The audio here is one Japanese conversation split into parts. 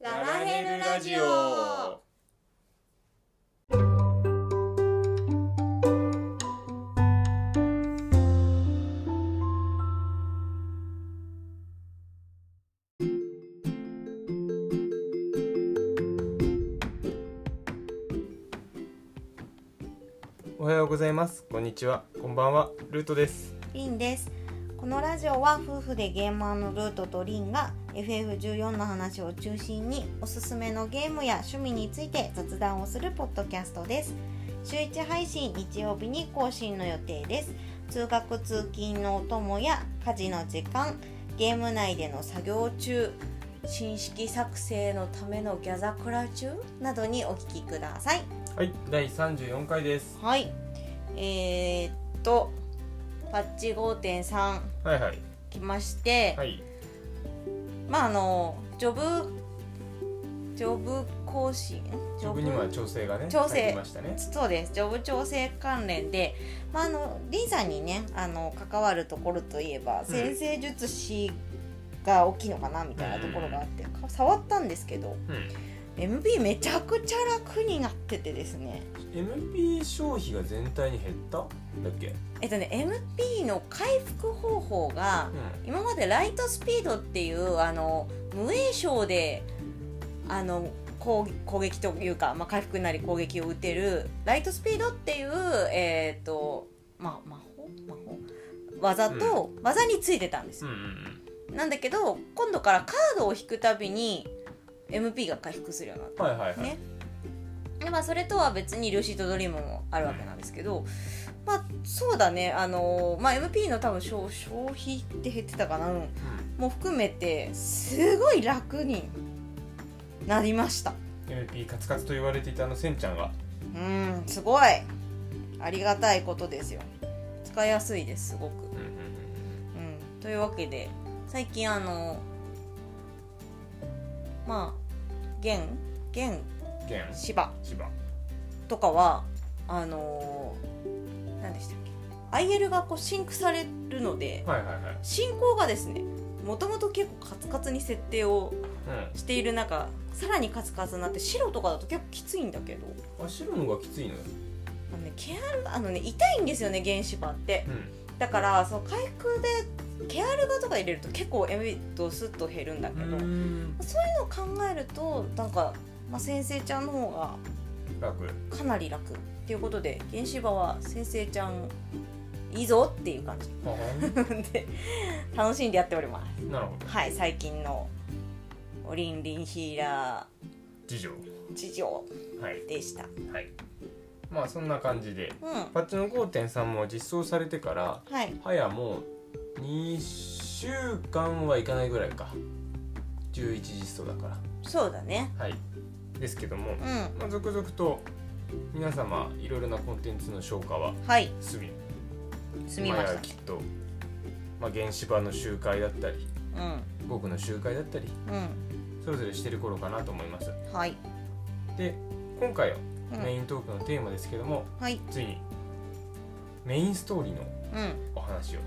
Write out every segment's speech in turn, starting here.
ネルラジオおはようございますこんにちはこんばんはルートですリンですこのラジオは夫婦でゲーマーのルートとリンが FF14 の話を中心におすすめのゲームや趣味について雑談をするポッドキャストです週1配信日曜日に更新の予定です通学通勤のお供や家事の時間ゲーム内での作業中新式作成のためのギャザクラ中などにお聞きくださいはい第34回ですはいえー、っとパッチ5.3はいはい来まして、はいまああのジョブジョブ更新自分には調整がね調整入りましたねそうですジョブ調整関連で、まあ、あのリンさんにねあの関わるところといえばうん先生術師が大きいのかなみたいなところがあって、か触ったんですけどう MB めちゃくちゃ楽になっててですねん MP 消費が全体に減っただっけえっとね MP の回復方法がう今までライトスピードっていうあの無影響であの攻攻撃というか、まあ、回復なり攻撃を打てるライトスピードっていう、えーとまあ、魔法魔法技と、技についてたんですんよ、うんうんなんだけど今度からカードを引くたびに MP が回復するようになったうんはいはいはい、ねでまあ、それとは別にルーシートドリームもあるわけなんですけど、まあ、そうだね、あのまあ、MP の多分消消費って減ってたかな、うんも含めてすごい楽になりましたうん、MP カツカツと言われていたあのせんちゃんがうんすごいありがたいことですよ使いやすいですすごく、うんうんうん、というわけで最近あのまあゲンゲンうんゲン芝芝とかはあの何でしたっけ IL がこうシンクされるのではいはいはい進行がですねもともと結構カツカツに設定をしている中さらにカツカツになって白とかだと結構きついんだけどうんあ白の方がきついのよあのね毛ああのね痛いんですよね原子場ってうんだからその回復でケアルガとか入れると結構 MB とスッと減るんだけど、うそんういうのを考えるとなんか、まあ、先生ちゃんの方楽がかなり楽っていうことで原子場は先生ちゃんいいぞっていう感じははで楽しんでやっておりますんなるほどはい最近のおりんりんヒーラ事情ー事情はいでしたはいまあそんな感じでうんパッチの5.3も実装されてからはい早もう2週間はいかないぐらいか11実装だかそうだねらはいですけども、うんまあ、続々と皆様いろいろなコンテンツの消化ははい済み済みましあたやきっと、まあ、原子場の集会だったりうん僕の集会だったりうそれぞれしてる頃かなと思いますんはい、で今回はうメイん、ントークのテーマですけども、はいついにメインストーリーのうんお話を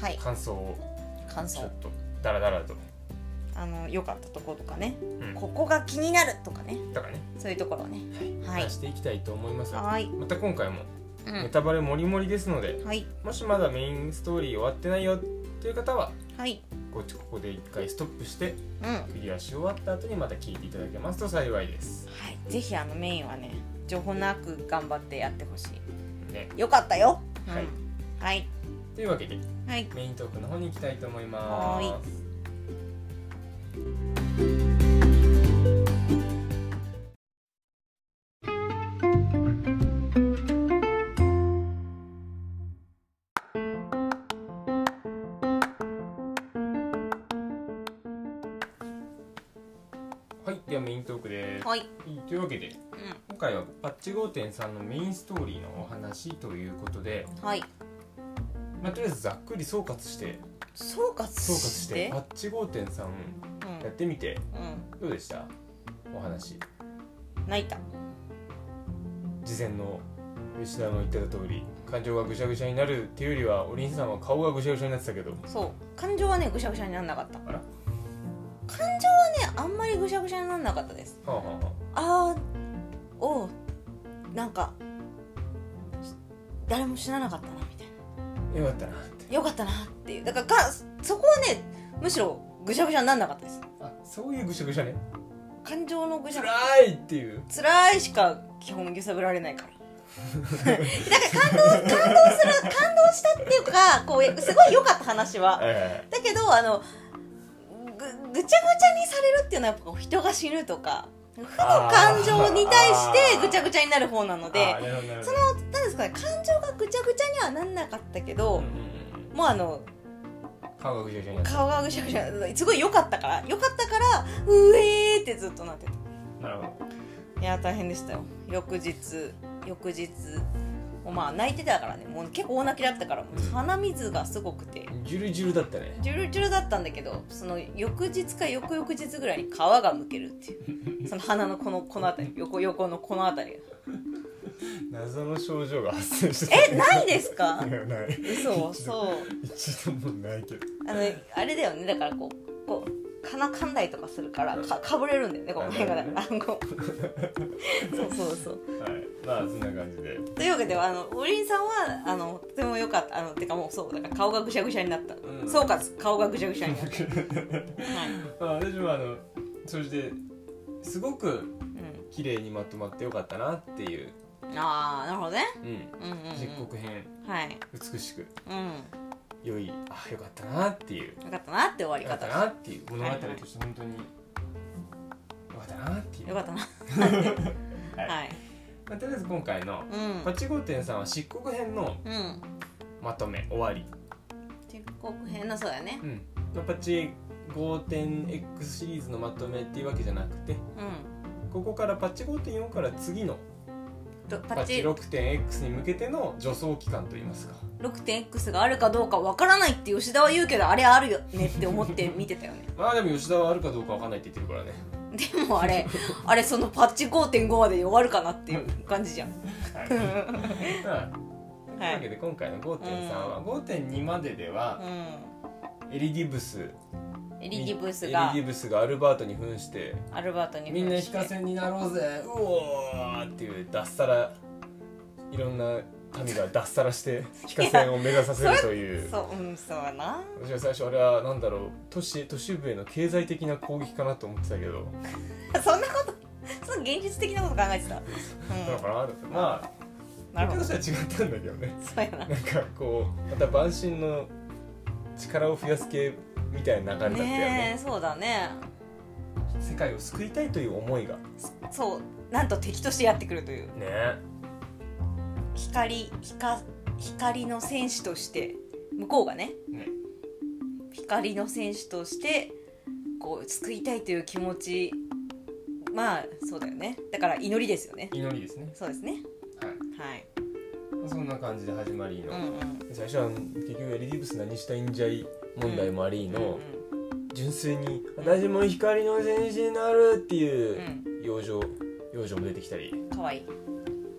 はい感想を感ちょ想っとダラダラと、あの良かったところとかねうん、ここが気になるとかねだからねそういうところをねはい話していきたいと思います、はいまた今回もうネんタバレもりもりですので、はいもしまだメインストーリー終わってないよっていう方ははいこっちここで一回ストップしてうんはクリアし終わった後にまた聞いていただけますと幸いですいぜひあのメインはね情報なく頑張ってやってほしねいよかったようんはいはいというわけではいメイントークの方に行きたいと思いますはーはいではメイントークです、はいというわけで今回はパッチ5.3のメインストーリーのお話ということで、うんはいまあ、とりあえずざっくり総括して総括して総括してパッチ5.3やってみてうん、どうでしたお話うん、泣いた事前の吉田の言ってた通り感情がぐしゃぐしゃになるっていうよりはおりんさんは顔がぐしゃぐしゃになってたけどそう感情はねぐしゃぐしゃにならなかったあらねあんまりぐしゃぐしゃにならんなかったですはあはあはあーをなんかし誰も知らなかったなみたいあよかったなってなよかったなっていうだからがそこはねむしろぐしゃぐしゃになんなかったですあそういうぐしゃぐしゃね感情のぐしゃぐ辛しゃいっていう辛いしか基本揺さぶられないから だから感動感動する感動したっていうかこうすごい良かった話はえだけどあのぐぐちゃぐちゃにされるっていうのはやっぱこう人が死ぬとか負の感情に対してぐちゃぐちゃになる方なのえであーなるほどなるそほのど何ですかね感情がぐちゃぐちゃにはなんなかったけど、うんうんうんもうあの顔がぐしゃぐしゃになっ顔がぐしゃぐしゃすごい良かったから良かったからうえーってずっとなってたたなるほいや大変でしたよ翌日翌日もうまあ泣いてたからねもう結構大泣きだったからもう鼻水がすごくてどジュルジュルだったねジュルジュルだったんだけどその翌日か翌々日ぐらいに皮がむけるっていうその鼻のこのこの辺り横横のこの辺りが謎の症状が発生してえたないですかいやない嘘そう一度もないけどあのあれだよねだからこうこう鼻かんだりとかするからかかぶれるんだよねこの辺がだからあのこうそうそうそうはいまあそんな感じでというわけであのウリンさんはあのとても良かったあのてかもうそうだから顔がぐしゃぐしゃになった、うんそうか顔がぐしゃぐしゃになった、はいまあ私もあのそしてすごくう綺麗にまとまってよかったなっていう、ん、ああなるほどねうん、うんうん、漆う黒編ん、はい美しくうん良いあよかったなっていうよかったなって終わりよかった方なっていう物語はいはいとして本当によかったなっていう、よかったな はいはいまあ、とりあえず今回のうんパチ5点さんは漆黒編のうんまとめ終わり、結構変なそうだよねうんまあ、パチ 5.x シリーズのまとめっていうわけじゃなくてうんここからパチ5.4から次のとパパチチ 6.x に向けての助走期間といいますか 6.x があるかどうかわからないって吉田は言うけどあれあるよねって思って見てた よねまあでも吉田はあるかどうかわかんないって言ってるからねでもあれあれそのパッチ5.5まで終わるかなっていう感じじゃんはいうんまあというわけで今回の5.3は5.2までではエリディブスエリギブスエがリディブスがアルバートに扮してアルバートにみんな扮引してかせになろうぜうおーっていう脱サラいろんな民が脱サ ラして非化線を目指させるというそううんそうやな 私は最初あれはなんだろう都市都市部への経済的な攻撃かなと思ってたけどそんなことそんな現実的なこと考えてた、うんなのかなとまあなるほど結局それは違ったんだけどねそうやななんかこうまた晩神の力を増やす系みたいな流れだったよねねえそうだね世界を救いたいという思いがそうなんと敵としてやってくるというね光光光の戦士として向こうがねね光の戦士としてこう救いたいという気持ちまあそうだよねだから祈りですよね祈りですねそうですねはいはいそんな感じで始まりうの、んうん最初は結局エリディブス何したいんじゃい問題もありの、う純粋に「私も光の戦士になる」っていんううん養生養生も出てきたりうんかわいいこ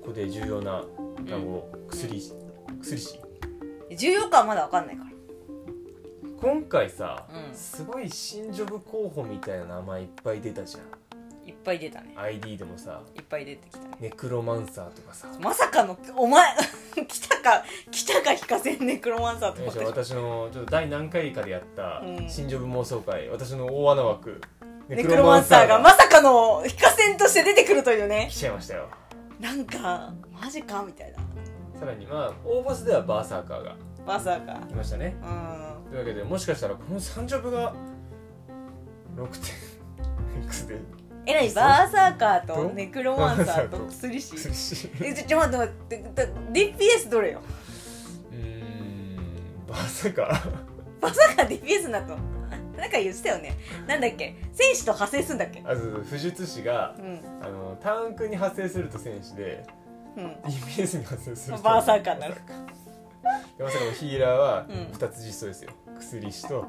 こで重要な単語、薬薬師重要感はまだわかんないから今回さ、うんすごい新ジョブ候補みたいな名前いっぱい出たじゃんいっぱい出たね ID でもさいっぱい出てきたねネクロマンサーとかさまさかのお前 来たか来たか引かせんネクロマンサーとよ思いっしょてた私のちょっと第何回かでやったうん新ジョブ妄想会、私の大穴枠ネクロマンサーがまさかの引かせんとして出てくるというね来ちゃいましたよなんかマジかみたいなさらにまあ大ボスではバーサーカーがまさか来ましたねうんというわけでもしかしたらこの3ジョブが6点 X でえらいそうバーサーカーとネクロマンサーとバーサーと薬師苦しいうえちょちょ待って待ってでで DPS どれよーんバーサーカーまさか DPS なとなんか言ってたよねなんだっけ戦士と派生すんだっけあそうそう不術師がうんうんあのタンクに発生すると戦士で DPS に発生するとバーサーカーになるでまさかのヒーラーはうん2つ実装ですよ、薬師と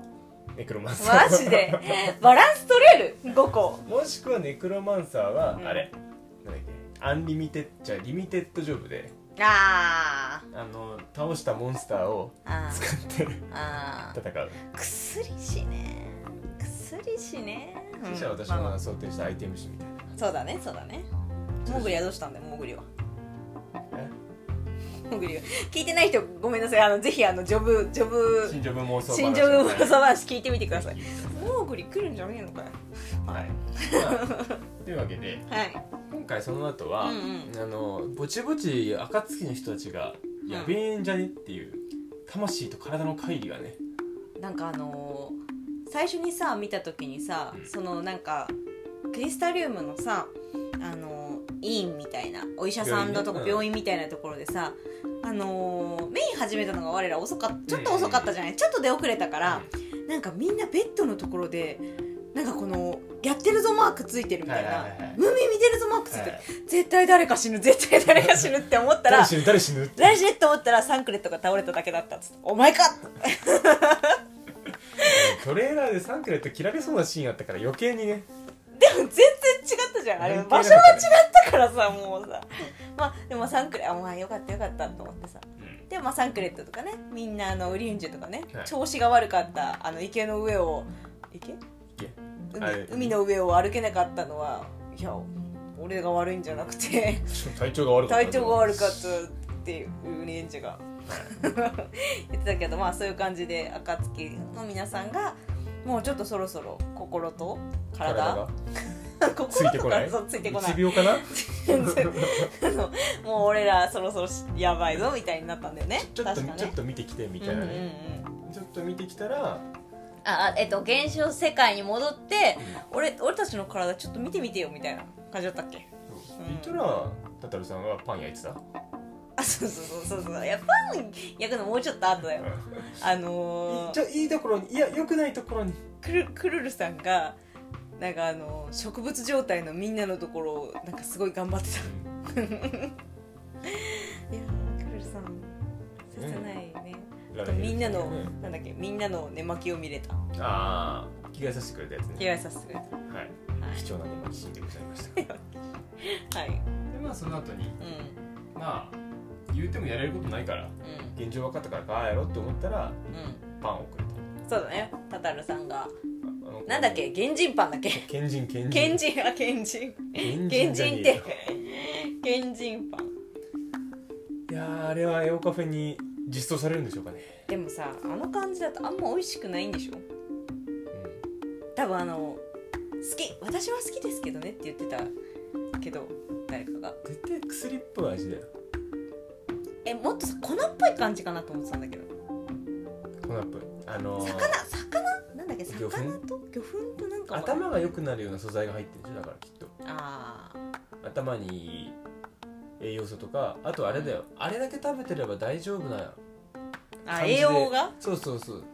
ネクロマンサーマジでバランス取れる5個 もしくはネクロマンサーは、うんあれなんだっけアンリミテッじゃあリミテッドジョブでああの倒したモンスターをーあー使ってあ戦うー薬師ね薬理士ねそしたらうん私まあまがあ想定したアイテム誌みたいなそうだねそうだねモグリはどうしたんだよモグリはえモグリは聞いてない人ごめんなさいあのぜひあのジョブジョブ新ジョブ妄想話新ジョブ噂話聞いてみてくださいモグリ来るんじゃねえのかよはい、まあというわけではい今回その後は、うんあのぼちぼち暁の人たちがやべえんじゃねっていう魂と体の乖離がねなんかあのー最初にさ見た時にさ、うんそのなんかクリスタリウムのさあのー医院みたいなお医者さんのとこ病院ねうん病院みたいなところでさあのーメイン始めたのが我ら遅かったちょっと遅かったじゃない、ちょっと出遅れたから、なんかみんなベッドのところでなんかこのやってるぞマークついてるみたいな、はいはいはいはいムーミン見てるぞマークついてる、はい絶対誰か死ぬ絶対誰か死ぬって思ったら誰死ぬ誰死ぬって誰死ぬって思ったらサンクレットが倒れただけだったっつってお前かトレーラーでサンクレット切られそうなシーンあったから余計にねでも全然違ったじゃんあれ関係場な所かがったね違ったからさもうさまあでもサンクレあまあよかったよかったと思ってさでまあサンクレットとかねみんなあのウリュンジュとかね、はい調子が悪かったあの池の上を池池海はい海の上を歩けなかったのはいや俺が悪いんじゃなくて体調が悪かった体調が悪かったっていうウリュンジュが 言ってたけどまあそういう感じで暁の皆さんがもうちょっとそろそろ心と体が 心ついてとこなかいそうついてこない 1秒かなあのもう俺らそろそろしやばいぞみたいになったんだよねちょっと、確かねちょっと見てきてみたいなね、うんうんうんちょっと見てきたらああえっと現象世界に戻ってうん俺俺たちの体ちょっと見てみてよみたいな感じだったっけそううん言ったらタタルさんがパン焼いてたあそうそうそうそうそういやパン焼くのもうちょっと後だ よあのーじゃあいいところにいや良くないところにくるくるるさんがなんかあの植物状態のみんなのところをなんかすごい頑張ってた いやーくるるさんさせないねあとみんなの、なんだっけみんなの寝巻きを見れたああ着替えさせてくれたやつ着ね替えさせてくれはいはい貴重なねシーンでございましたでたはいまあその後にうんまあ言うてもやれることないからう現状分かったからああやろうって思ったらんうパンをくれたんそうだねタタルさんがあのなんだっけ原人パンだっけ賢人賢人原人あ原人賢原じゃ人っねえてよ原人パンいやーあれはエオカフェに実装されるんでしょうかね、でもさあの感じだとあんま美味しくないんでしょう多分あの好き私は好きですけどねって言ってたけど誰かがん、絶対薬っぽい味だよえもっとさ粉っぽい感じかなと思ってたんだけど粉っぽいあのー魚魚なんだっけ魚魚粉粉と魚粉となんか頭が良くなるような素材が入ってるんでしょだからきっとあー頭にいい栄養素とかあとあれだよあれだけ食べてれば大丈夫なあ感じで栄養がそうそうそう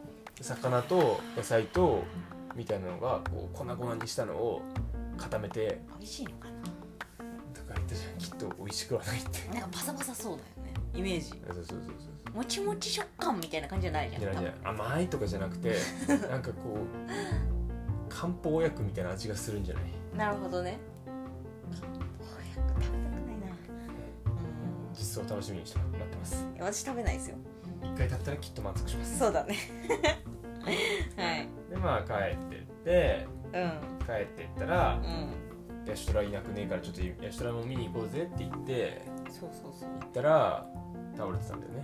魚と野菜とみたいなのがこう粉々にしたのを固めて美味しいのかとか言ったじゃんきっと美味しくはないってななんかパサパサそうだよねイメージ そうそうそうそうもちもち食感みたいな感じじゃないじゃんじゃないじゃない甘いとかじゃなくて なんかこう漢方薬みたいな味がするんじゃない多分なるほどね漢方薬食べたくないな実装楽しみにして待ってますうん私食べないですよ一回食べたらきっと満足しますそうだね はいでまあ帰ってってうん帰ってったらうんヤシトラいなくねえからちょっとヤシトラも見に行こうぜって言ってそうそうそう行ったら倒れてたんだよね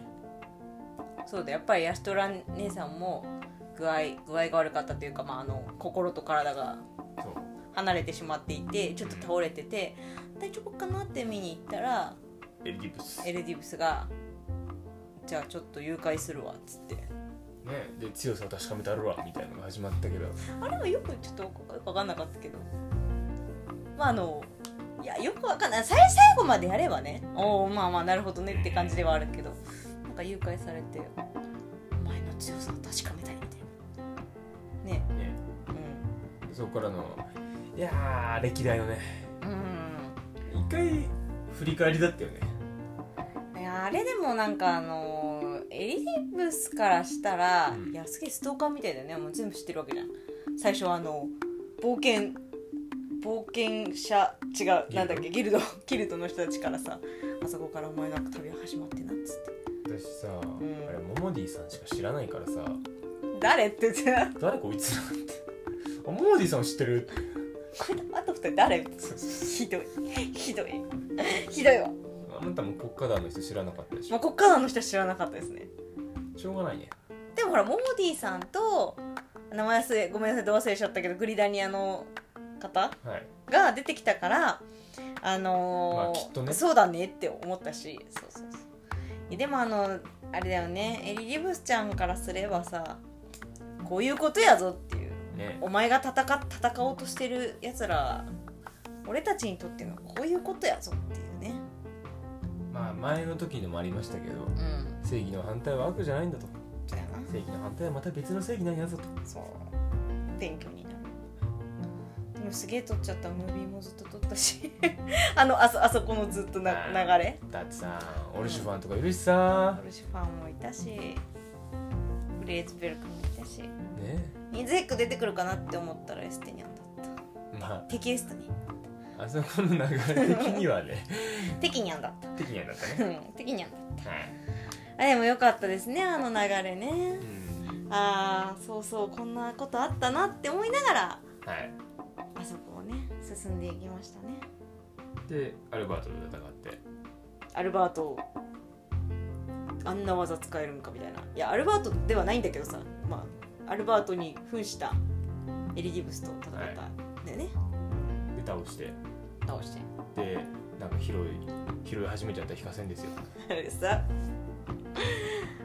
そうだやっぱりヤシトラ姉さんも具合具合が悪かったというか、まあ、あの心と体がそう離れてしまっていてちょっと倒れてて大丈夫かなって見に行ったらエルディプスエルディブスが「じゃあちょっと誘拐するわ」っつってね、で強さを確かめたるわみたいなのが始まったけどあれはよくちょっとよく分かんなかったけどまああのいやよく分かんない最最後までやればねおおまあまあなるほどねって感じではあるけどなんか誘拐されて「お前の強さを確かめたい」みたいなねねうんそこからのいやー歴代のねう一回振り返りだったよねんいやあれでもなんかあのーエリディブスからしたら、うんいやすげえストーカーみたいだよねもう全部知ってるわけじゃん最初はあの冒険冒険者違うなんだっけギルド ギルドの人たちからさあそこからお前なんか旅は始まってなっつって私さ、んあれモモディさんしか知らないからさ誰って言って誰こいつらって あモーディさん知ってるこれあと二人誰そうそうそひどいひどいひどいわうあなたも国家団の人知らなかったでしまあょ国家団の人は知らなかったですねしょうがないねでもほらモーディさんと名前忘れごめんなさいどう忘れしちゃったけどグリダニアの方はいが出てきたからあのーまあきっとねそうだねって思ったしそうそうそういやでもあのあれだよねエリリブスちゃんからすればさこういうことやぞっていうねお前が戦戦おうとしてるやつら俺たちにとってのこういうことやぞっていうねまあ前の時のもありましたけどうん正義の反対は悪じゃないんだとそうや正義の反対はまた別の正義なんやぞとなそう勉強になるでもすげえ撮っちゃったムービーもずっと撮ったし あのあそあそこのずっとな流れだってさオルシファンとかいるしさオルシファンもいたしフレーズベルクもいたしねニズヘック出てくるかなって思ったらエステニャンだったま敵エステニああそこの流れ的にはねャン敵ニャンだった的にはなったねうん敵ニャンだっはい、たあでもよかったですねあの流れねうん、ああそうそうこんなことあったなって思いながらはいあそこをね進んでいきましたねでアルバートと戦ってアルバートあんな技使えるんかみたいないやアルバートではないんだけどさまあアルバートに扮したエリギブスと戦ったんだよね、で倒して倒してでなんか拾い拾い始めちゃったヒカセンですよあれさ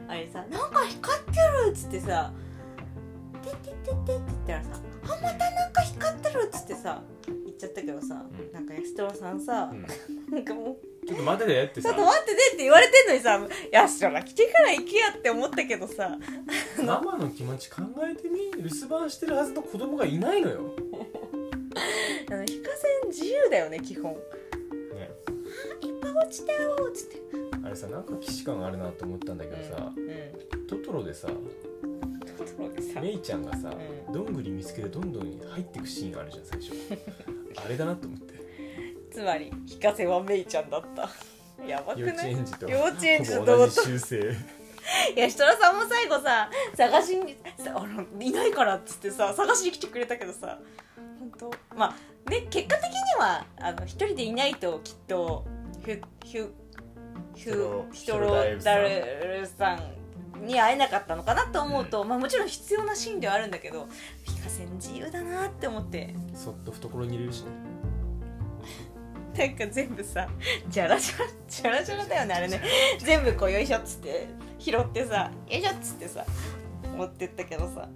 あれさなんか光ってるっつってさ「てってってって」って言ったらさ「あまたなんか光ってる」っつってさ言っちゃったけどさ、うんなんか安虎さんさう、んちなんかもうょっと待っててってちょさっと待ってねって言われてんのにさ「やっしょら来てから行けや」って思ったけどさママの気持ち考えてみ留守番してるはずの子供がいないのよ、あの非課線自由だよね基本ね、いっぱい落ちたよっつってあれさなんか既視感あるなと思ったんだけどさ、うんトトロでさトトロでさメイちゃんがさ、うどんぐり見つけてどんどん入ってくシーンあるじゃん最初あれだなと思ってつまり非課線はメイちゃんだったやばく幼稚ない園児と幼稚園児とほぼ同同等じ修正いや設楽さんも最後さ探しにさあのいないからっつってさ探しに来てくれたけどさ本当まあね結果的にはあの一人でいないときっとヒュヒュヒュヒヒトトロロダルさんに会えなかったのかなと思うと、まあもちろん必要なシーンではあるんだけど非課線自由だなって思ってそっと懐に入れるしねなんか全部さジャラジャラジャラジャラだよねあれね全部こうよいしょっつって拾ってさよいしょっつってさ持ってったけどさ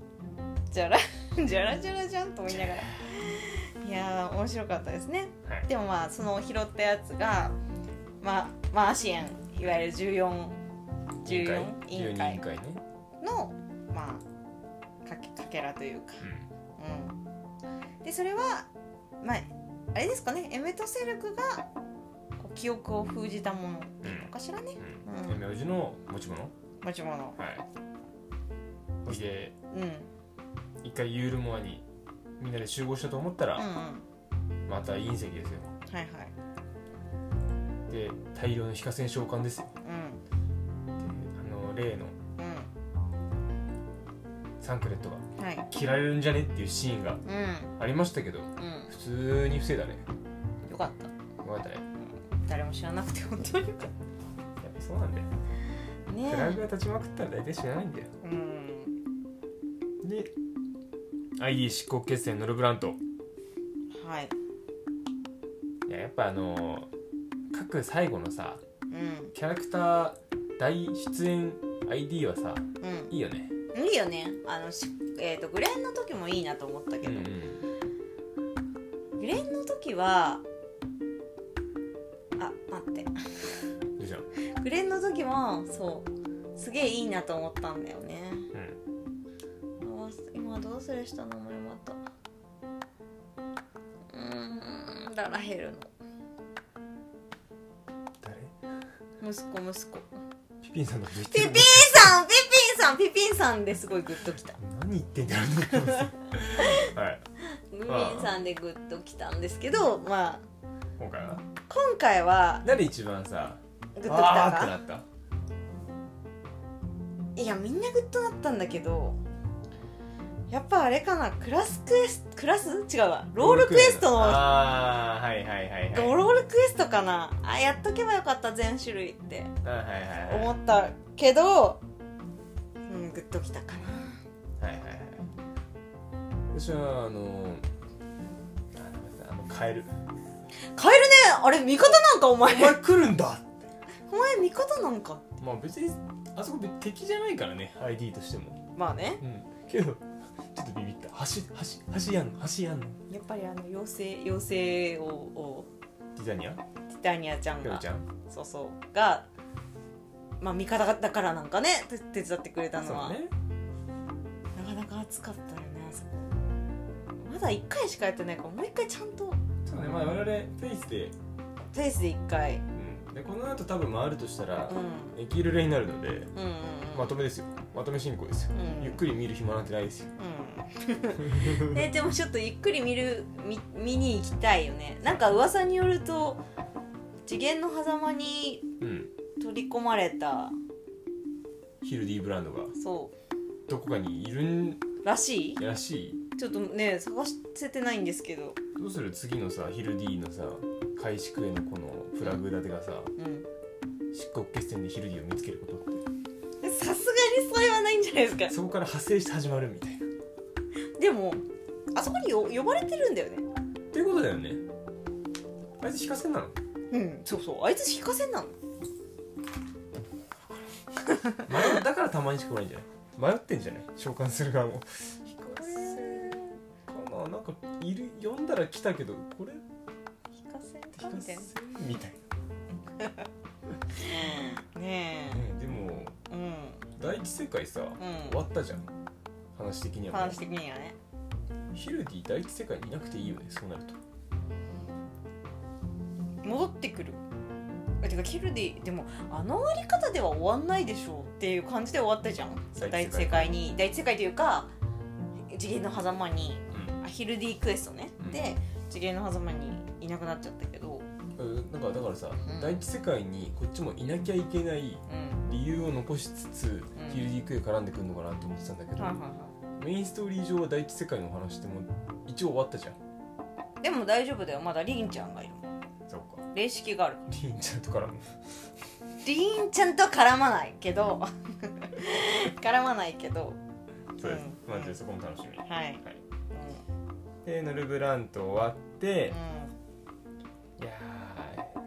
じゃら じゃらじゃらじゃんと思いながらいやー面白かったですねはいでもまあその拾ったやつがまあまあアシエンいわゆる14委員会14委員12会委員会ね、のまあかけかけらというかうん、でそれはまああれですかねエメトセルクがこう記憶を封じたものっていうのかしらねうんうん、名字の持ち物は持ち物いほいでうんうん一回ユールモアにみんなで集合したと思ったうんら、はまた隕石ですよいはいで大量の皮下線召喚ですようであの例のんサンクレットがうんはい切られるんじゃねっていうシーンがうんありましたけどう普通に防いだねんよかったよかったね誰も知らなくて本当によかっやっぱそうなんだよたねフラグが立ちまくったら大体知らないんだようんで ID 執行決戦ノルブラントはいいややっぱあのー各最後のさうんキャラクター大出演 ID はさうんいいよねいいよねあのしえー、とグレンの時もいいなと思ったけど、グレンの時はあ待ってどうしたのグレンの時もそうすげえいいなと思ったんだよねうんあ今どうするしたの俺またうーんララヘル誰の息子息子ピピンさんのこと言っピてピるンさんピピンさんピピンさんですごいグッときた何言ってんだろうと思ってますはいピピンさんでグッときたんですけどまあ今回は今回は誰一番さグッときたあーってなかったいやみんなグッとなったんだけどやっぱあれかなクラスクエストクラス違うわロールクエストのああはいはいはいはいロールクエストかなあやっとけばよかった全種類ってあはいはいはい思ったけどうんグッときたかはいはいはい私はあのあなんかさあのカエルなカエルねあれ味方なんかお前お前来るんだお前味方なんかまあ別にあそこ別に敵じゃないからね ID としてもまあねうんけどちょっとビビった橋橋橋やん橋やんやっぱりあの妖精妖精ををディザニアティタニアちゃんピョがンちゃんそうそうがまあ味方だからなんかね手手伝ってくれたのは、そうねなかなか暑かったよねあそこまだ1回しかやってないからもう1回ちゃんとそうねまあ我々フェイスで、フェイスで1回うん、でこの後多分回るとしたらうん、エキールレになるのでうんうんうんまとめですよまとめ進行ですようんゆっくり見る暇なんてないですようん ねでもちょっとゆっくり見る見見に行きたいよねなんか噂によると次元の狭間にうん取り込まれたヒルディブランドがそどこかにいるんうらしいらしいちょっとね探せてないんですけどどうする次のさヒルディのさ開始クエのこのフラグ立てがさうん漆黒決戦でヒルディを見つけることっさすがにそれはないんじゃないですかてそこから発生して始まるみたいなでもあそこによ呼ばれてるんだよねっていうことだよねあいつ引かせんなのうんそうそうあいつ引かせんなのまあだからたまにしか来ないんじゃない迷ってんじゃない召喚する側も引かせかななんかいる呼んだら来たけどこれ引かせ引かみたせいみたいなねな、ね、でもえうん第一世界さ終わったじゃん話的にうんはもう話的にはねヒルディ第一世界にいなくていいよねそうなると戻ってくるあてかキルディでもあの終わり方では終わんないでしょうっていう感じで終わったじゃん第第一一世世界界に第一世界というか次元の狭間にうんあヒルディクエストね、うんで次元の狭間にいなくなっちゃったけどうんなんかだからさ、ん第一世界にこっちもいなきゃいけないうん理由を残しつつ、んヒルディクエ絡んでくるのかなって思ってたんだけど、はいはいはメインストーリー上は第一世界のお話でも一応終わったじゃんいでも大丈夫だよまだリンちゃんがいるもんそうか霊式があるリンちゃんとからもリンちゃんとは絡まないけ ど絡まないけどそうです、うんまあじゃあそこも楽しみ、はい、でノルブランと終わって、ういや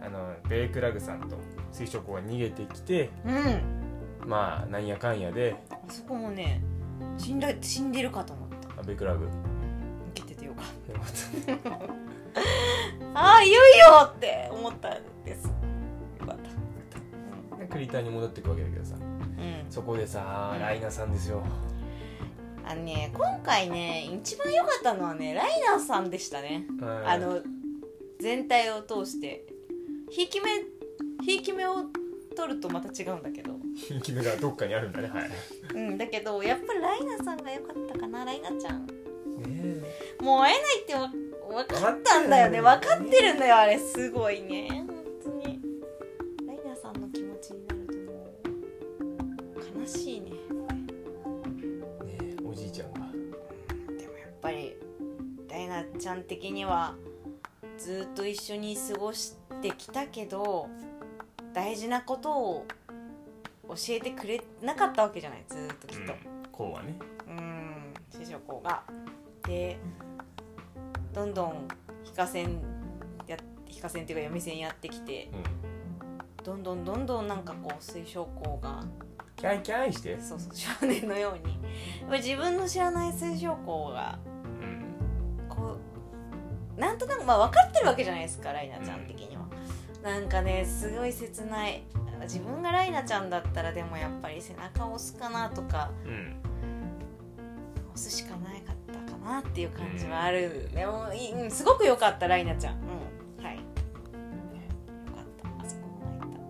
ーあのベイクラグさんと水晶光が逃げてきてん、うんうん、まあなんやかんやであそこもね死んだ死んでるかと思ったあベイクラグ受けててよかったああいよいよって思ったんですよかったでクリーターに戻っていくわけだけどさうんそこでさうんライナさんですよあのね今回ね一番良かったのはねライナーさんでしたねああの全体を通してひいき目ひいき目を取るとまた違うんだけど引き目がどっかにあるんだねはいねうんだけどやっぱりライナさんが良かったかなライナちゃんえもう会えないってわ分かったんだよね分かってるんだよあれすごいね本当にライナさんの気持ちになるともう悲しいねねえおじいちゃんがでもやっぱりライナちゃん的にはずっと一緒に過ごしてきたけど大事なことを教えてくれなかったわけじゃないずっときっと。こうはねうん師匠校がでどんどん非課線や非課線っていうか闇線やってきてうんどんどんどんどんなんかこう水晶校がキャイキャイしてそうそう少年のようにやっぱり自分の知らない水晶校がうんこうなんとなくまあ分かってるわけじゃないですかライナちゃん的には。なんかねすごい切ない自分がライナちゃんだったらでもやっぱり背中を押すかなとかうん押すしかなかったかなっていう感じはある、でもいい、うん、すごく良かったライナちゃん、うん、はいよかったあそこも泣いた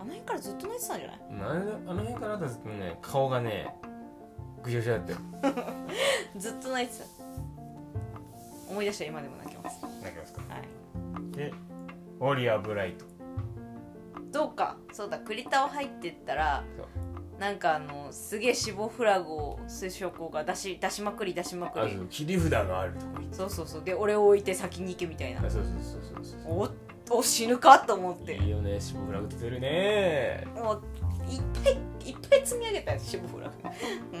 あの辺からずっと泣いてたんじゃない あのあの辺からだとね顔がねぐしゃぐしゃだったよずっと泣いてた思い出したら今でも泣きますはなきますかいでウォリアーブライトどうかそうだ栗田を入ってったらそうなんかあのすげえ死亡フラグを水晶校が出し出しまくり出しまくありそう切り札があるとこ行っそうそうそうで俺を置いて先に行けみたいなたあそうそうそうそうそうおっと死ぬかと思っそうていいよね死亡フラグ立てるねもういっぱいいっぱい積み上げたよ死亡フラグうんう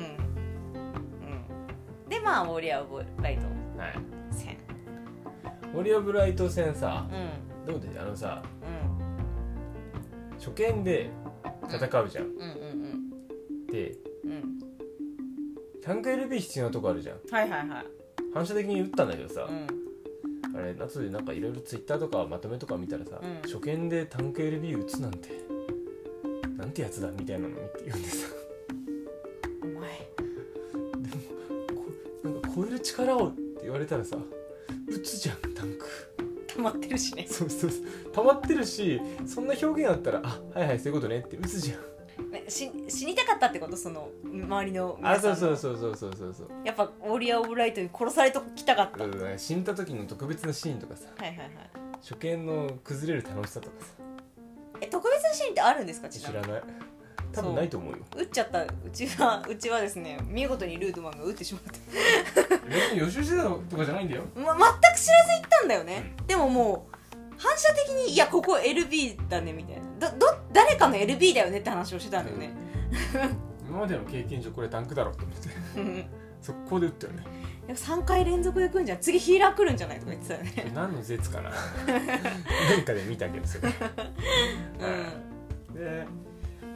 んでまあウォリアーブライトはい戦オリオブライト戦さうんどうであのさうん初見で戦うじゃんうんうんでうんうん100回 LB 必要なとこあるじゃんはいはいはい反射的に打ったんだけどさ、うんあれ夏でなんかいろいろツイッターとかまとめとか見たらさ、うん初見で単形 LB 打つなんてなんてやつだみたいなの見て読んで さお前なんか超える力をって言われたらさ打つじゃんタンク溜まってるしねそうそうそう溜まってるしそんな表現あったらあはいはいそういうことねって打つじゃんねし死にたかったってことその周りの皆あさんそのうそうそうそうそうそうそうやっぱウォリアー・オブ・ライトに殺されときたかった、だから死んだ時の特別なシーンとかさはいはいはい初見の崩れる楽しさとかさえ特別なシーンってあるんですかちな知みらにない多分ないと思うよ打っちゃったうちはうちはですね見事にルートマンが打ってしまった 別に予習してたとかじゃないんだよま、全く知らず行ったんだよね、でももう反射的にいやここ LB だねみたいなどど誰かの LB だよねって話をしてたんだよね、今までの経験上これタンクだろうと思って うん、速攻で打ったよ ね3回連続で来るんじゃん次ヒーラー来るんじゃないとか言ってたよね何の絶かななんかで見たけどそれうんうんで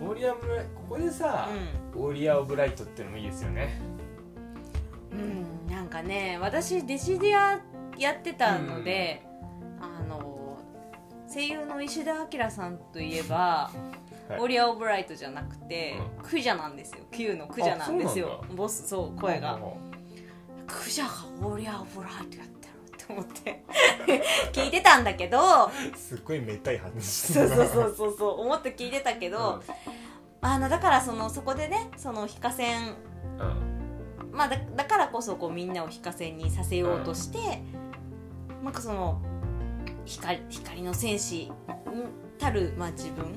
オーリアブライここでさ、オーリア・オブライトってのもいいですよねうん、なんかね私デシディアやってたので、あの声優の石田明さんといえば、はいオリア・オブライトじゃなくて、クジャなんですよ Q のクジャなんですあそうよなボスそう声が、もクジャがオリア・オブライトやってるって 思って聞いてたんだけどうすっごいめったい話してそうるなそうそうそうそう思って聞いてたけど、あのだからそのそこでねその非課線うんうんまあ、だだからこそこうみんなを非課線にさせようとして、なんかその光光の戦士たる、まあ、自分うん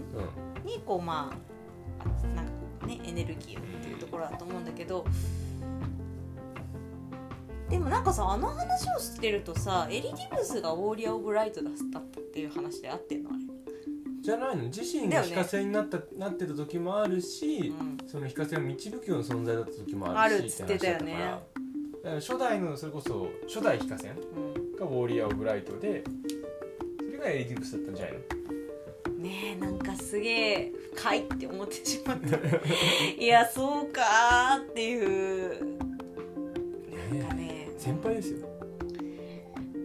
にこうまあなんかこうねエネルギーをっていうところだと思うんだけどでもなんかさあの話をしてるとさエリディブスがウォーリアー・オブ・ライトだったっていう話で合ってんのあれ、じゃないの自身が非課性になった、なってた時もあるし、うん、その非課性を導くような存在だった時もあるしあるっつってたよね話だったからだから初代のそれこそ初代非課線がウォーリア・オブライトでそれがエリディブスだったんじゃないのうんねえなんかすげえ深いって思ってしま ったいやそうかーっていうなんかね先輩ですよ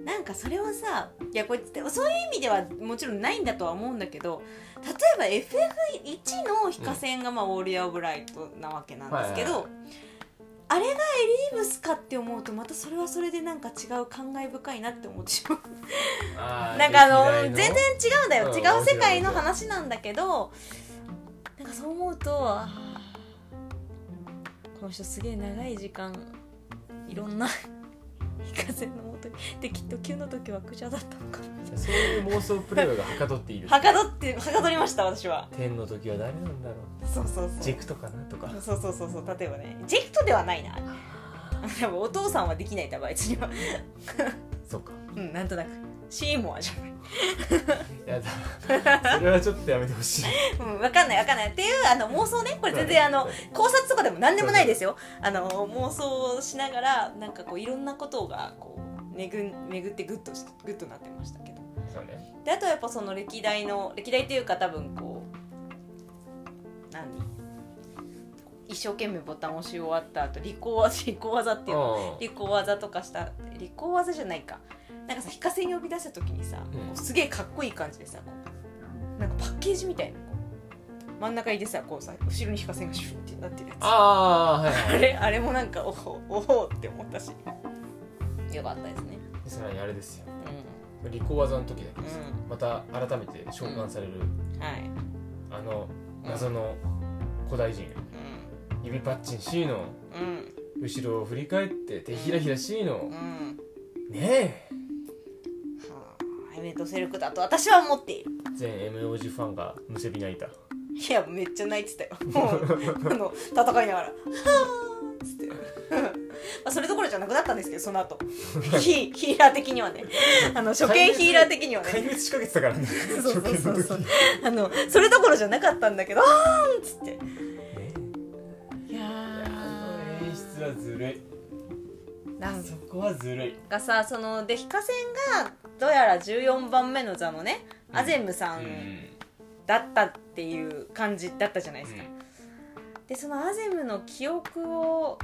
なんかそれはさいやこれそういう意味ではもちろんないんだとは思うんだけど例えば FF1 の非課線が、まあウォーリアー・オブ・ライトなわけなんですけど、はいあれがエリーブスかって思うとまたそれはそれでなんか違う感慨深いなって思ってしまうあーなんかあの歴代全然違うんだよ、うん違う世界の話なんだけどなんかそう思うとあーこの人すげえ長い時間いろんな非課税のもとにできっと9の時はクジャだったのかそういう妄想プレイがはかどっているはかどってはかどりました私は天の時は誰なんだろそうそううそジうェクトかなとかそうそうそうそう例えばねジェクトではないなでもお父さんはできない多分あいつにはそうかうんなんとなくシーモアじゃないやだそれはちょっとやめてほしいうん、わかんないわかんないっていうあの妄想ねこれ全然あの考察とかでも何でもないですよあの妄想をしながらなんかこういろんなことがこう巡ん巡ってグッとしグッとなってましたけどそうねであとはやっぱその歴代の歴代というか多分こう何一生懸命ボタンを押し終わった後利口技利口技っていうのう利口技とかした利口技じゃないかなんかさ非課性に呼び出した時にさ、うんこうすげえかっこいい感じでさこうなんかパッケージみたいなこう真ん中にでさこうさ後ろに非課性がシュッってなってるやつあああーはいはいれあれもなんかおほおほって思ったしよかったですねさらにあれですようん利口技の時だけどさうまた改めて召喚されるんはいあの謎の古代人指パッチン C のうんうん後ろを振り返って手ひらひら C のうんねえはあエメントセルクだと私は思っている全 MOG ファンがむせび泣いたいやめっちゃ泣いてたよもうあの戦いながら「はあ」っつって まあそれどころじゃなくなったんですけどその後ヒヒーラー的にはねあの初見ヒーラー的にはね壊滅しかけてたからねそうそうそうそう初見の時あのそれどころじゃなかったんだけど「あーん」っつってねいやいやあの演出はずるいなんそこはずるいがさそのでヒカセンがどうやら14番目の座のねアゼムさんだったっていう感じだったじゃないですか、でそのアゼムの記憶を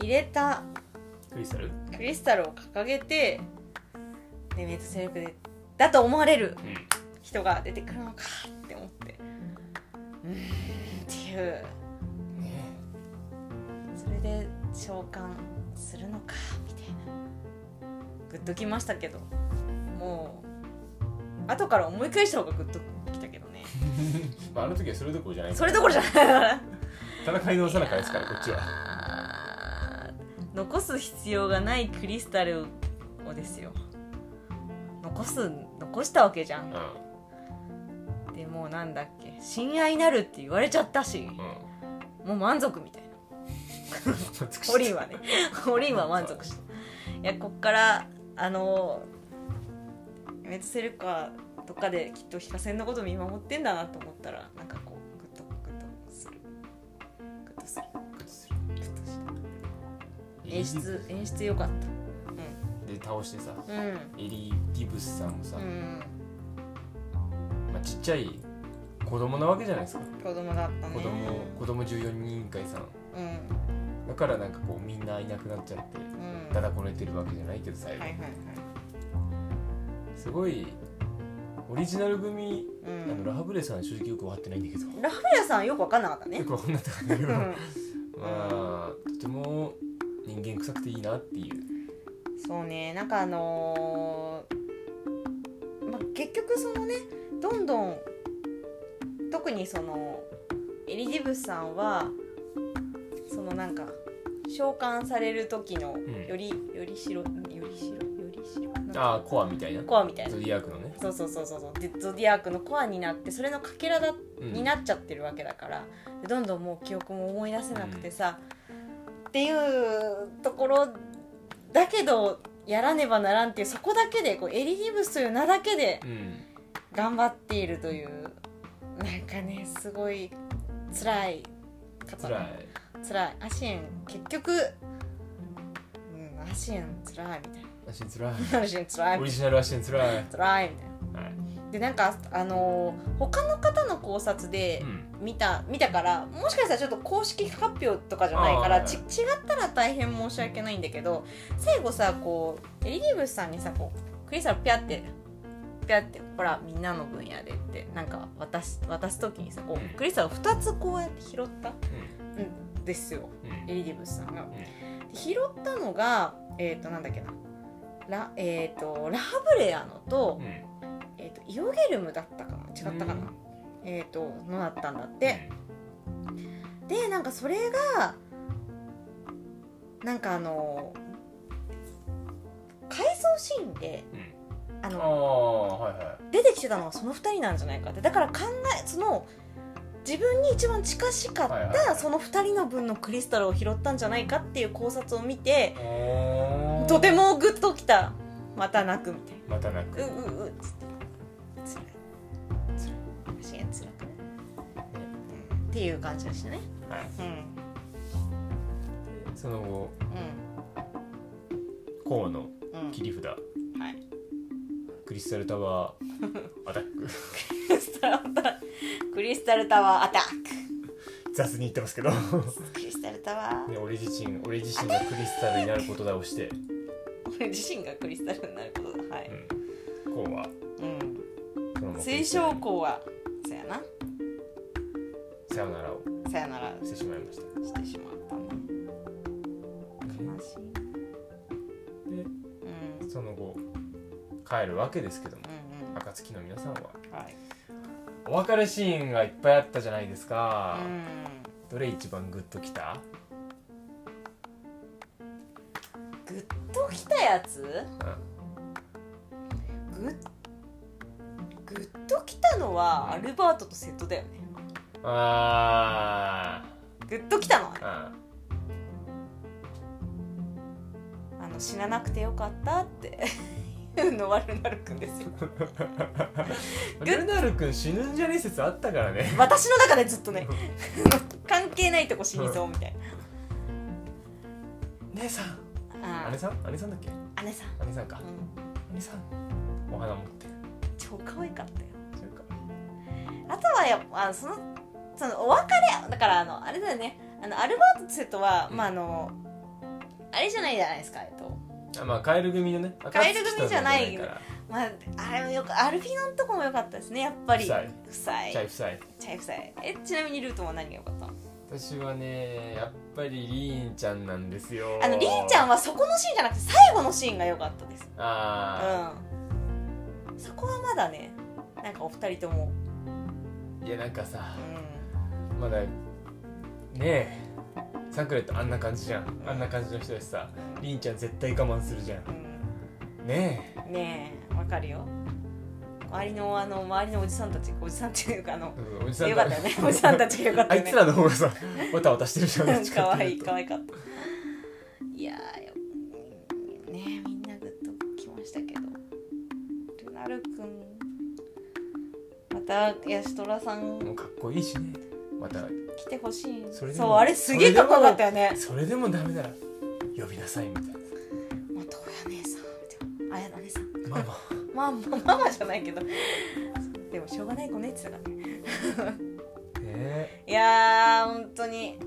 入れたクリスタルクリスタルを掲げてでメイトセレクでだと思われるうん人が出てくるのかって思ってうーんっていうねそれで召喚するのかみたいなグッときましたけどもう後から思い返した方がグッときたけどねまああの時はそれどころじゃないそれどころじゃないから戦い直さなかったですからこっちはは残す必要がないクリスタルをですよ残す残したわけじゃんうでもうなんだっけ親愛なるって言われちゃったしんうんもう満足みたいなオリン はねオリンは満足したいやこっからあのメトセルカとかできっとヒカセンのこと見守ってんだなと思ったらなんかこうグッとグッとするグッとするグッとした演出演出良かったで倒してさうんエリー・ディブスさんもさ、うんまあ、ちっちゃい子供なわけじゃないですか子供だったね子供子供14人委員会さんうんだからなんかこうみんないなくなっちゃってうんただこねてるわけじゃないけど最後、はいはいはいすごいオリジナル組、うあのんラハブレさん正直よく分かってないんだけどラフレさんよく分かんなかったねよく分かんなかったんだけどうまんあとても人間臭くていいなっていうそうねなんかあのーまあ、結局そのねどんどん特にそのエリジブスさんはそのなんか召喚される時のんより、よりしろよりしろよりしろなんかああコアみたいなコアみたいなゾディアークのねそうそうそうそうそうでゾディアークのコアになってそれのかけらだうんになっちゃってるわけだからでどんどんもう記憶も思い出せなくてさ、っていうところだけどやらねばならんっていうそこだけでこうエリギブスという名だけでうん頑張っているというなんかねすごい辛い方辛い辛いアシエン結局うんアシエン辛いみたいアシン辛いなアシエン辛いオみリたいジナルアシン辛い、はいな辛いみたいなでなんかあのー他の方の考察で、うん、見た見たからもしかしたらちょっと公式発表とかじゃないからあーち違ったら大変申し訳ないんだけど最後さこうエリディブスさんにさこうクリスタルピャってピャってほらみんなの分野でってなんか渡し渡す時にさこうんうクリスタルを2つこうやって拾ったんですようんうんエリディブスさんが。んで拾ったのがえっ、となんだっけなラ,、えー、とラハブレアのと,、うんえー、とイオゲルムだったかな違ったかな、うんえー、とのだったんだって。でなんかそれがなんかあの回想シーンでうんああのあはいは出てきてたのはその2人なんじゃないかってだから考えその自分に一番近しかはいっはいはたいその2人の分のクリスタルを拾ったんじゃないかっていう考察を見ていおーとてもグッときたまた泣くみたいまた泣くなううううっつってつらいつらい足がつらくない、うんっていう感じでしたねはいうんその後河のうんうん切り札はいクリスタルタワーアタッククリスタルタワークリスタルタワーアタッ雑に言ってますけどねククリスタルタワー俺自身俺自身がクリスタルになることだをして俺自身がクリスタルになることだはい、こうはうん、そのまま推奨校はさやなさよならをさやならしてしまいましたしてしまったね悲しいでうんうんその後帰るわけですけどもうん暁の皆さんははいお別れシーンがいっぱいあったじゃないですか、うんどれ一番グッときたグッときたやつうんグッググッときたのはアルバートと瀬戸だよねあグッときたのはねーああの死ななくてよかったって いうのワルナルくんですよ ールナル君死ぬんじゃねえ説あったからね私の中でずっとね 関係ないとこ死にそうみたい姉さんなあ姉さん姉さんだっけ姉さん、姉さんかうん、姉さんお花持ってる超可愛かったよそうかあとはやっぱあそのそのお別れだからあのあれだよねあのアルバートと瀬戸は、うんまああのあれじゃないじゃないですかえっとあまあカエル組のねカエル組じゃない暁とはまああれもよくアルフィノのとこも良かったですねやっぱりじゃないから夫妻夫妻チチャャイイ夫妻夫妻えちなみにルートは何が良かったの私はねやっぱりリーンちゃんなんですよあのりんちゃんはそこのシーンじゃなくて最後のシーンが良かったですあうんそこはまだねなんかお二人ともあいやなんかさうんまだねえサクレットあんな感じじゃんあんな感じの人だしさりんちゃん絶対我慢するじゃんねうんねえわかるよ周りのあの周りのおじさんたちおじさんっていうかあのえ、うんおじさんよかったよねおじさんたちがよかったあよいねつらの方がさわたわたしてるじゃんどっちかっわていいいうと かわいかったいやーよねえみんなグッときましたけどルナルくんまたヤシトラさんもうかっこいいしねまた来てほしいそれでそうもあれすげえかっこよかったよねそれでもダメなら呼びなさいみたいなまあ、どうや姉さんみたいなあや姉さんママまあまあママじゃないけどでもしょうがない子ねって言ってたからねねえいやー本当に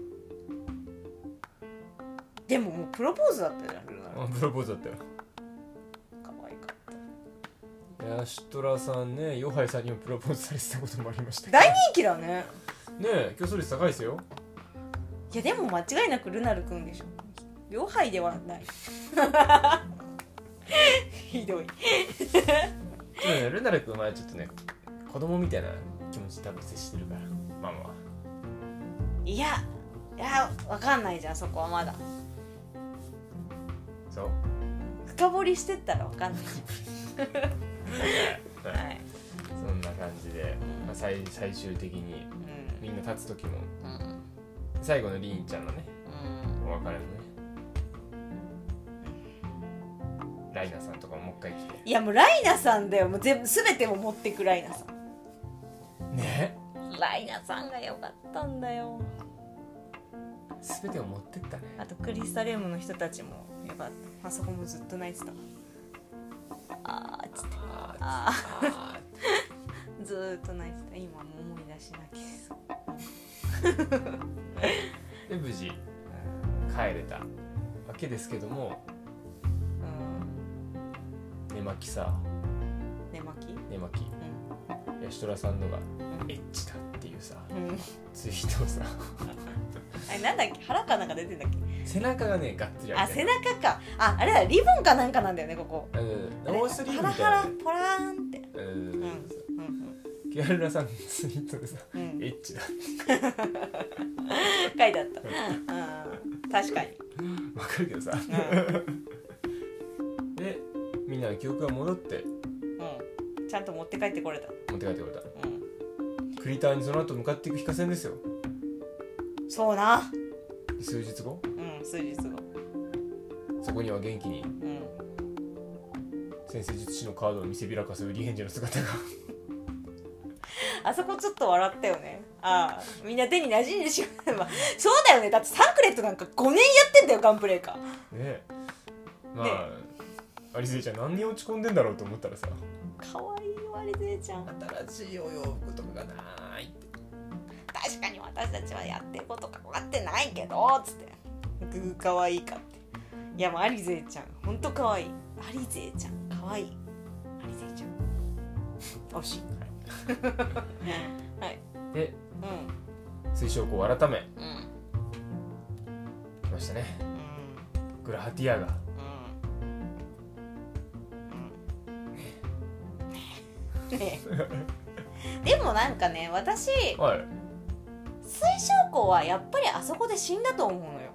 でももうプロポーズだったよねルナルあプロポーズだったよ可愛かったいやシトラさんねヨハイさんにもプロポーズされてたこともありましたけど大人気だねねえ競争率高いですよいやでも間違いなくルナルくんでしょ両杯ではない ひどいでもねルナル君はちょっとね子供みたいな気持ち多分接してるからママはいやいやわかんないじゃんそこはまだそう深掘りしてったらわかんないはいはい、そんな感じで、まあ、最最終的にうんみんな立つ時もうん最後のリーンちゃんのねうんお別れのねライナさんとかももう一回来ていやもうライナさんだよもう全部全てを持ってくライナさんねライナさんが良かったんだよ全てを持ってったねあとクリスタリウムの人たちもよかったあそこもずっと泣いてたあーっつってあーああーずーっと泣いてた今も思い出し泣きですーで無事帰れたわけですけどもうん寝巻きさ寝巻き寝巻きうヤシトラさんのがんエッチだっていうさうん、うんツイートをさあれなんだっけ腹かなんか出てんだっけ背中がねがっつりあ開いて背る中かああれだリボンかなんかなんだよねここうんノースリーブみたいハラなハラポラーンってうんうんキアルラさんのツイートでさうんうんエッチだ書いてあったうん確かにわかるけどさでみんなの記憶が戻ってうん、うん、ちゃんと持って帰ってこれた持って帰ってこれたうんクリターにその後向かっていく飛火船ですよそうな数日後うん数日後そこには元気にうん先生術師のカードを見せびらかすウリヘンジェの姿が あそこちょっと笑ったよねああみんな手に馴染んでしまえばそうだよねだってサンクレットなんか5年やってんだよガンプレイかねまあアリゼちゃん何に落ち込んでんだろうと思ったらさかわいいわりぜちゃん新しいお洋服とかがないって確かに私たちはやってること変わってないけどつってグーかわいいかっていやもうアリゼちゃんほんとかわいいアリゼちゃんかわいいアリゼちゃん惜しいはいでうん水晶校改めうんうん来ましたねグラハティアがうん うんねえでもなんかね私はい水晶校はやっぱりあそこで死んだと思うのよ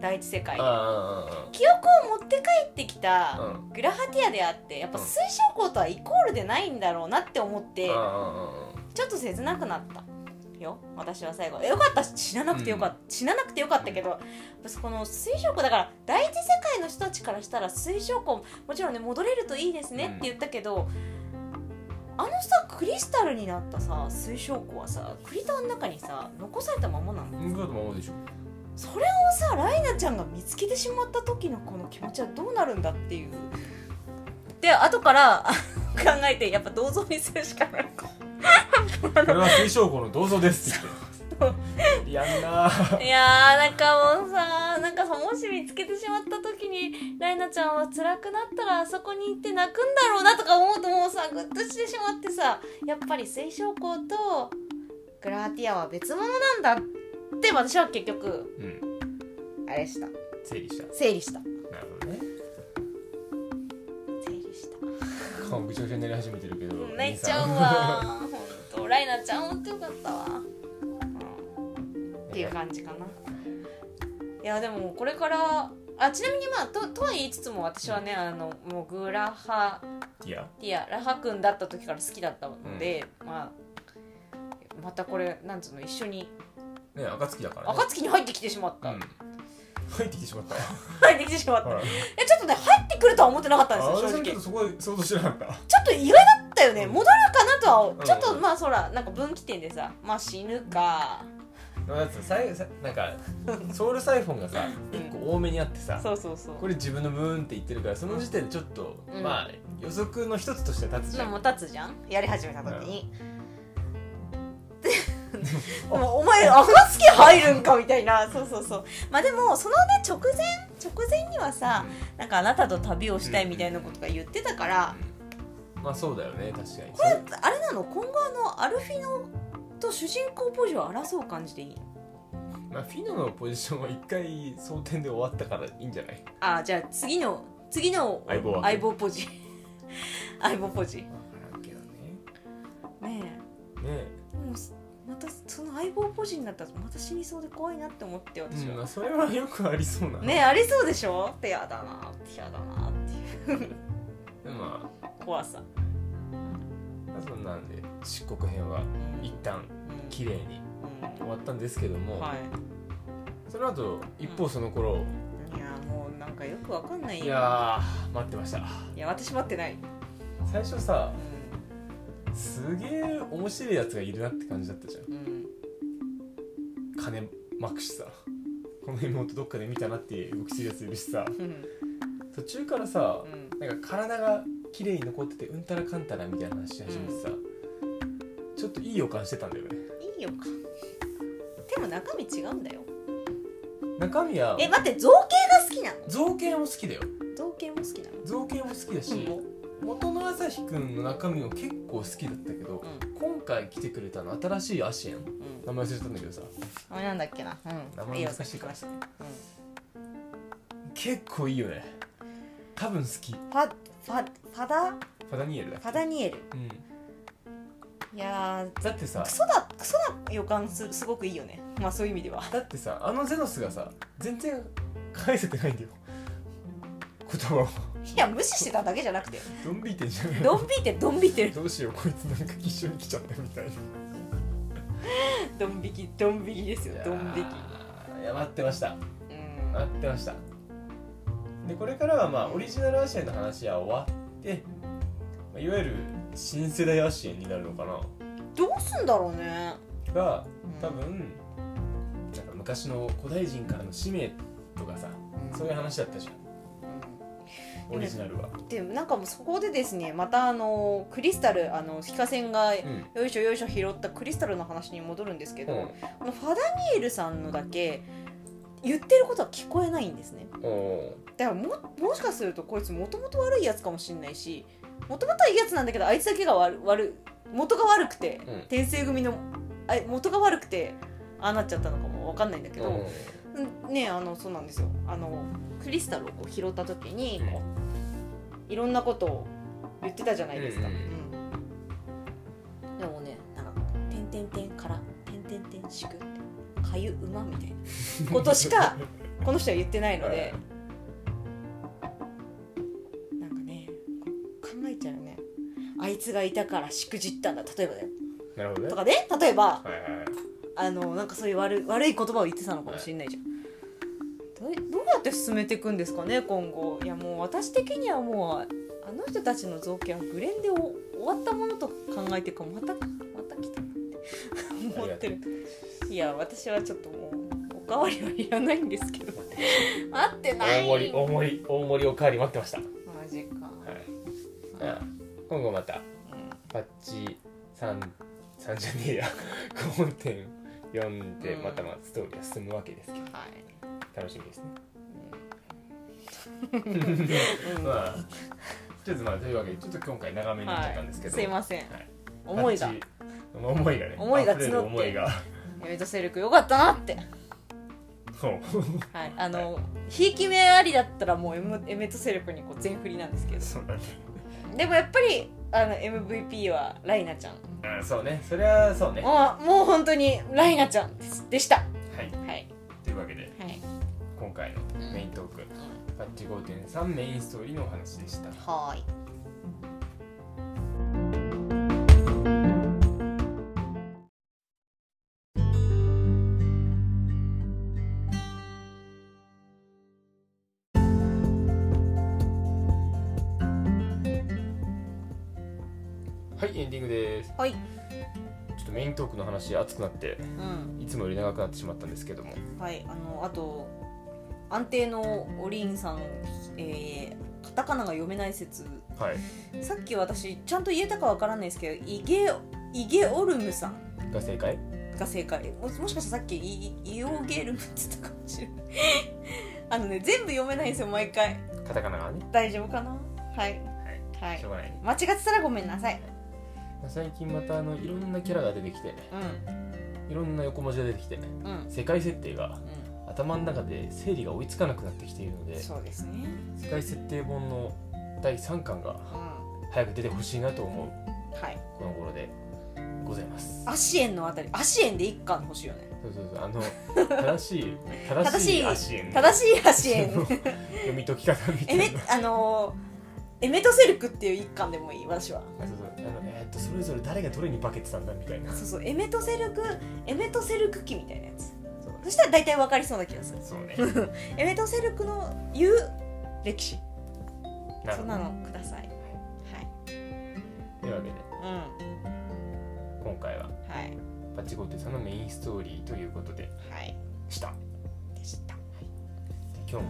第一世界ああ記憶を持って帰ってきたああうんグラハティアであってやっぱうん水晶校とはイコールでないんだろうなって思ってあちょっと切なくなったよ私は最後えよかった死ななくてよかった、死ななくてよかったけど、やっぱそこの水晶校だから第一世界の人たちからしたら水晶校もちろんね戻れるといいですねって言ったけど、あのさクリスタルになったさ水晶校はさクリタの中にさ残されたままなのあうんグーともで しょそれをさライナちゃんが見つけてしまった時のこの気持ちはどうなるんだっていうで後からあ考えてやっぱ銅像にするしかないこれは水晶校の銅像ですって 言ってやんなーいやーなんかもうさなんかさもし見つけてしまった時にライナちゃんは辛くなったらあそこに行って泣くんだろうなとか思うともうさグッとしてしまってさやっぱり水晶校とグラーティアは別物なんだって私は結局うんあれした整理した整理したなるほどね整理した顔ぐちゃぐちゃになり始めてるけどうん泣いちゃうわ本当ライナちゃん本当よかったわ、っていう感じかないやでもこれからあちなみにまあととは言いつつも私はねあのもうグラハいやティアラハ君だった時から好きだったので、まあまたこれなんつうの一緒にね暁だからね暁に入ってきてしまった、うん入ってきてしまったわ 入ってきてしまった、はいえちょっとね入ってくるとは思ってなかったんあですよ私正もち直ょっとそこは想像してなかったちょっと意外だったよねうん戻るかなとうはんちょっとまあそらなんか分岐点でさまあ死ぬかでもだってさいさなんかソウルサイフォンがさうん1個多めにあってさそうそうそうこれ自分のムーンって言ってるからその時点でちょっと、うんまあ予測の一つとして立つじでゃん、も立つじゃんやり始めた時に、 でもうお前あふき入るんかみたいなそうそうそうまあでもそのね直前直前にはさなんかあなたと旅をしたいみたいなことが言ってたから、うんまあそうだよね確かにあれなの今後あのアルフィノと主人公ポジションを争う感じでいいまあ、フィノのポジションは一回争点で終わったからいいんじゃないあじゃあ次の次の相棒は相棒ポジ 相棒ポジね分からんけどねえねもうすまたその相棒ポジになったらまた死にそうで怖いなって思って私うんはまあ、、それはよくありそうなねえありそうでしょってやだなってやだなっていうま怖さ、あそんなんで漆黒編はうん一旦うん綺麗に終うわったんですけども、んはいその後一方その頃、いやもうなんかよくわかんないよいやー待ってましたいや私待ってない、最初さうすげえ面白いやつがいるなって感じだったじゃんんうん、金まくしさこの妹どっかで見たなって動きするやついるしさうん途中からさうんなんか体が綺麗に残っててうんたらかんたらみたいな話し始めてさ、ちょっといい予感してたんだよねいいよかでも中身違うんだよ中身はえ待って造形が好きなの造形も好きだよ造形も好きなの造形も好きだし、元の朝日くんの中身も結構好きだったけど、今回来てくれたの新しいアシエンうんうん名前忘れたんだけどさあれなんだっけなうん名前難しいからしいよ結構いいよね多分好きファファファダパダニエルだっファけダニエルうんいやだってさクソだクソな予感するすごくいいよねまあそういう意味ではだってさあのゼノスがさ全然返せてないんだよ言葉をいや無視してただけじゃなくてドン引いてんじゃないドン引いてドン引いてるどうしようこいつなんか一緒に来ちゃったみたいなドン引きドン引きですよドン引きいや待ってましたうん待ってましたでこれからはまあオリジナルアシエンの話は終わってまあいわゆる新世代アシエンになるのかなどうすんだろうねがうん多分なんか昔の古代人からの使命とかさそういう話だったじゃんオリジナルは、うんでもなんかもうそこでですねまたあのクリスタルあの皮下線がうんよいしょよいしょ拾ったクリスタルの話に戻るんですけど、このファダニエルさんのだけ言ってることは聞こえないんですねうんおだからももしかするとこいつもともと悪いやつかもしれないしもともとはいいやつなんだけどあいつだけが悪悪元が悪くて、うん転生組のあ元が悪くてああなっちゃったのかもわかんないんだけーど、うんうんねあのそうなんですよあのクリスタルをこう拾った時にこういろんなことを言ってたじゃないですか、うんうんうんでもねなんか「てん てんてんからてんてんてんしく」って「かゆうま」みたいなことしかこの人は言ってないのでは、なんかねこう考えちゃうよねあいつがいたからしくじったんだ例えばだよなるほどねとかね例えばはいはいはいあのなんかそういう悪い悪い言葉を言ってたのかもしれないじゃん、どうどうやって進めていくんですかね今後いやもう私的にはもうあの人たちの造形はグレンでお終わったものと考えてるからまたまた来たなって思ってるいや私はちょっともうおかわりはいらないんですけど待ってない大盛り大盛り大盛りおかわり待ってましたはマジかいじゃあ今後またパッチ3三じゃねえや5.4でうんまたまあストーリーが進むわけですけどはい楽しみですね、うんまあちょっとまあというわけでちょっと今回長めになっちゃったんですけど、すいませんはい思いがパッチその思いがね思いが募って溢れる思いがエメトセルクよかったなってそうはい、あの、ひいき目ありだったらもうエムエメットセルクにこう全振りなんですけどそうだねでもやっぱりあの MVP はライナちゃんあそうねそれはそうねはあもう本当にライナちゃんですでしたはいいというわけではい今回のメイントーク、パッチ5.3メインストーリーのお話でしたはーいはいエンディングですはいちょっとメイントークの話熱くなってうんいつもより長くなってしまったんですけどもはいあのあと安定のオリーンさんえー、カタカナが読めない説はいさっき私ちゃんと言えたかわからないですけどイゲイゲオルムさんが正解が正解ももしかしたらさっきイイイオゲルムって言ったかもしれないあのね全部読めないんですよ毎回カタカナがね大丈夫かなはいはいはしいょうがないね間違ってたらごめんなさい最近またあのいろんなキャラが出てきてういろんな横文字が出てきてんうん世界設定がう頭の中で整理が追いつかなくなってきているのでんそうですね世界設定本の第3巻がうんは早く出てほしいなと思ういこの頃でございますアシエンのあたりアシエンで一巻欲しいよねそうそうそうあの正 しい正し正しいい足縁ね正しいアシエン 読み解き方みたエいなメあのーエメトセルクっていう一巻でもいい私はあそうそうあのえーっとそれぞれ誰がどれに化けてたんだみたいなそうそうエメトセルクエメトセルク機みたいなやつそうそしたら大体わかりそうな気がするね エメトセルクの言う歴史なるそほんどなのくださいはいというわけでうん今回ははいパチゴテさんのメインストーリーということではいしたでした今日も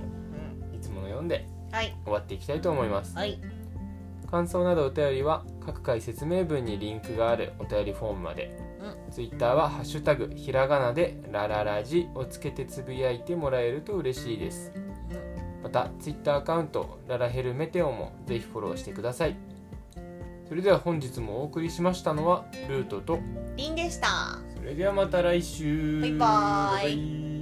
うんいつもの読んではい終わっていきたいと思いますはい感想などお便りは各回説明文にリンクがあるお便りフォームまで、ツイッターは「ハッシュタグひらがな」で「ラララジ」をつけてつぶやいてもらえると嬉しいです、またツイッターアカウント「ララヘルメテオ」もぜひフォローしてくださいそれでは本日もお送りしましたのはルートとりんでしたそれではまた来週バイバーイイ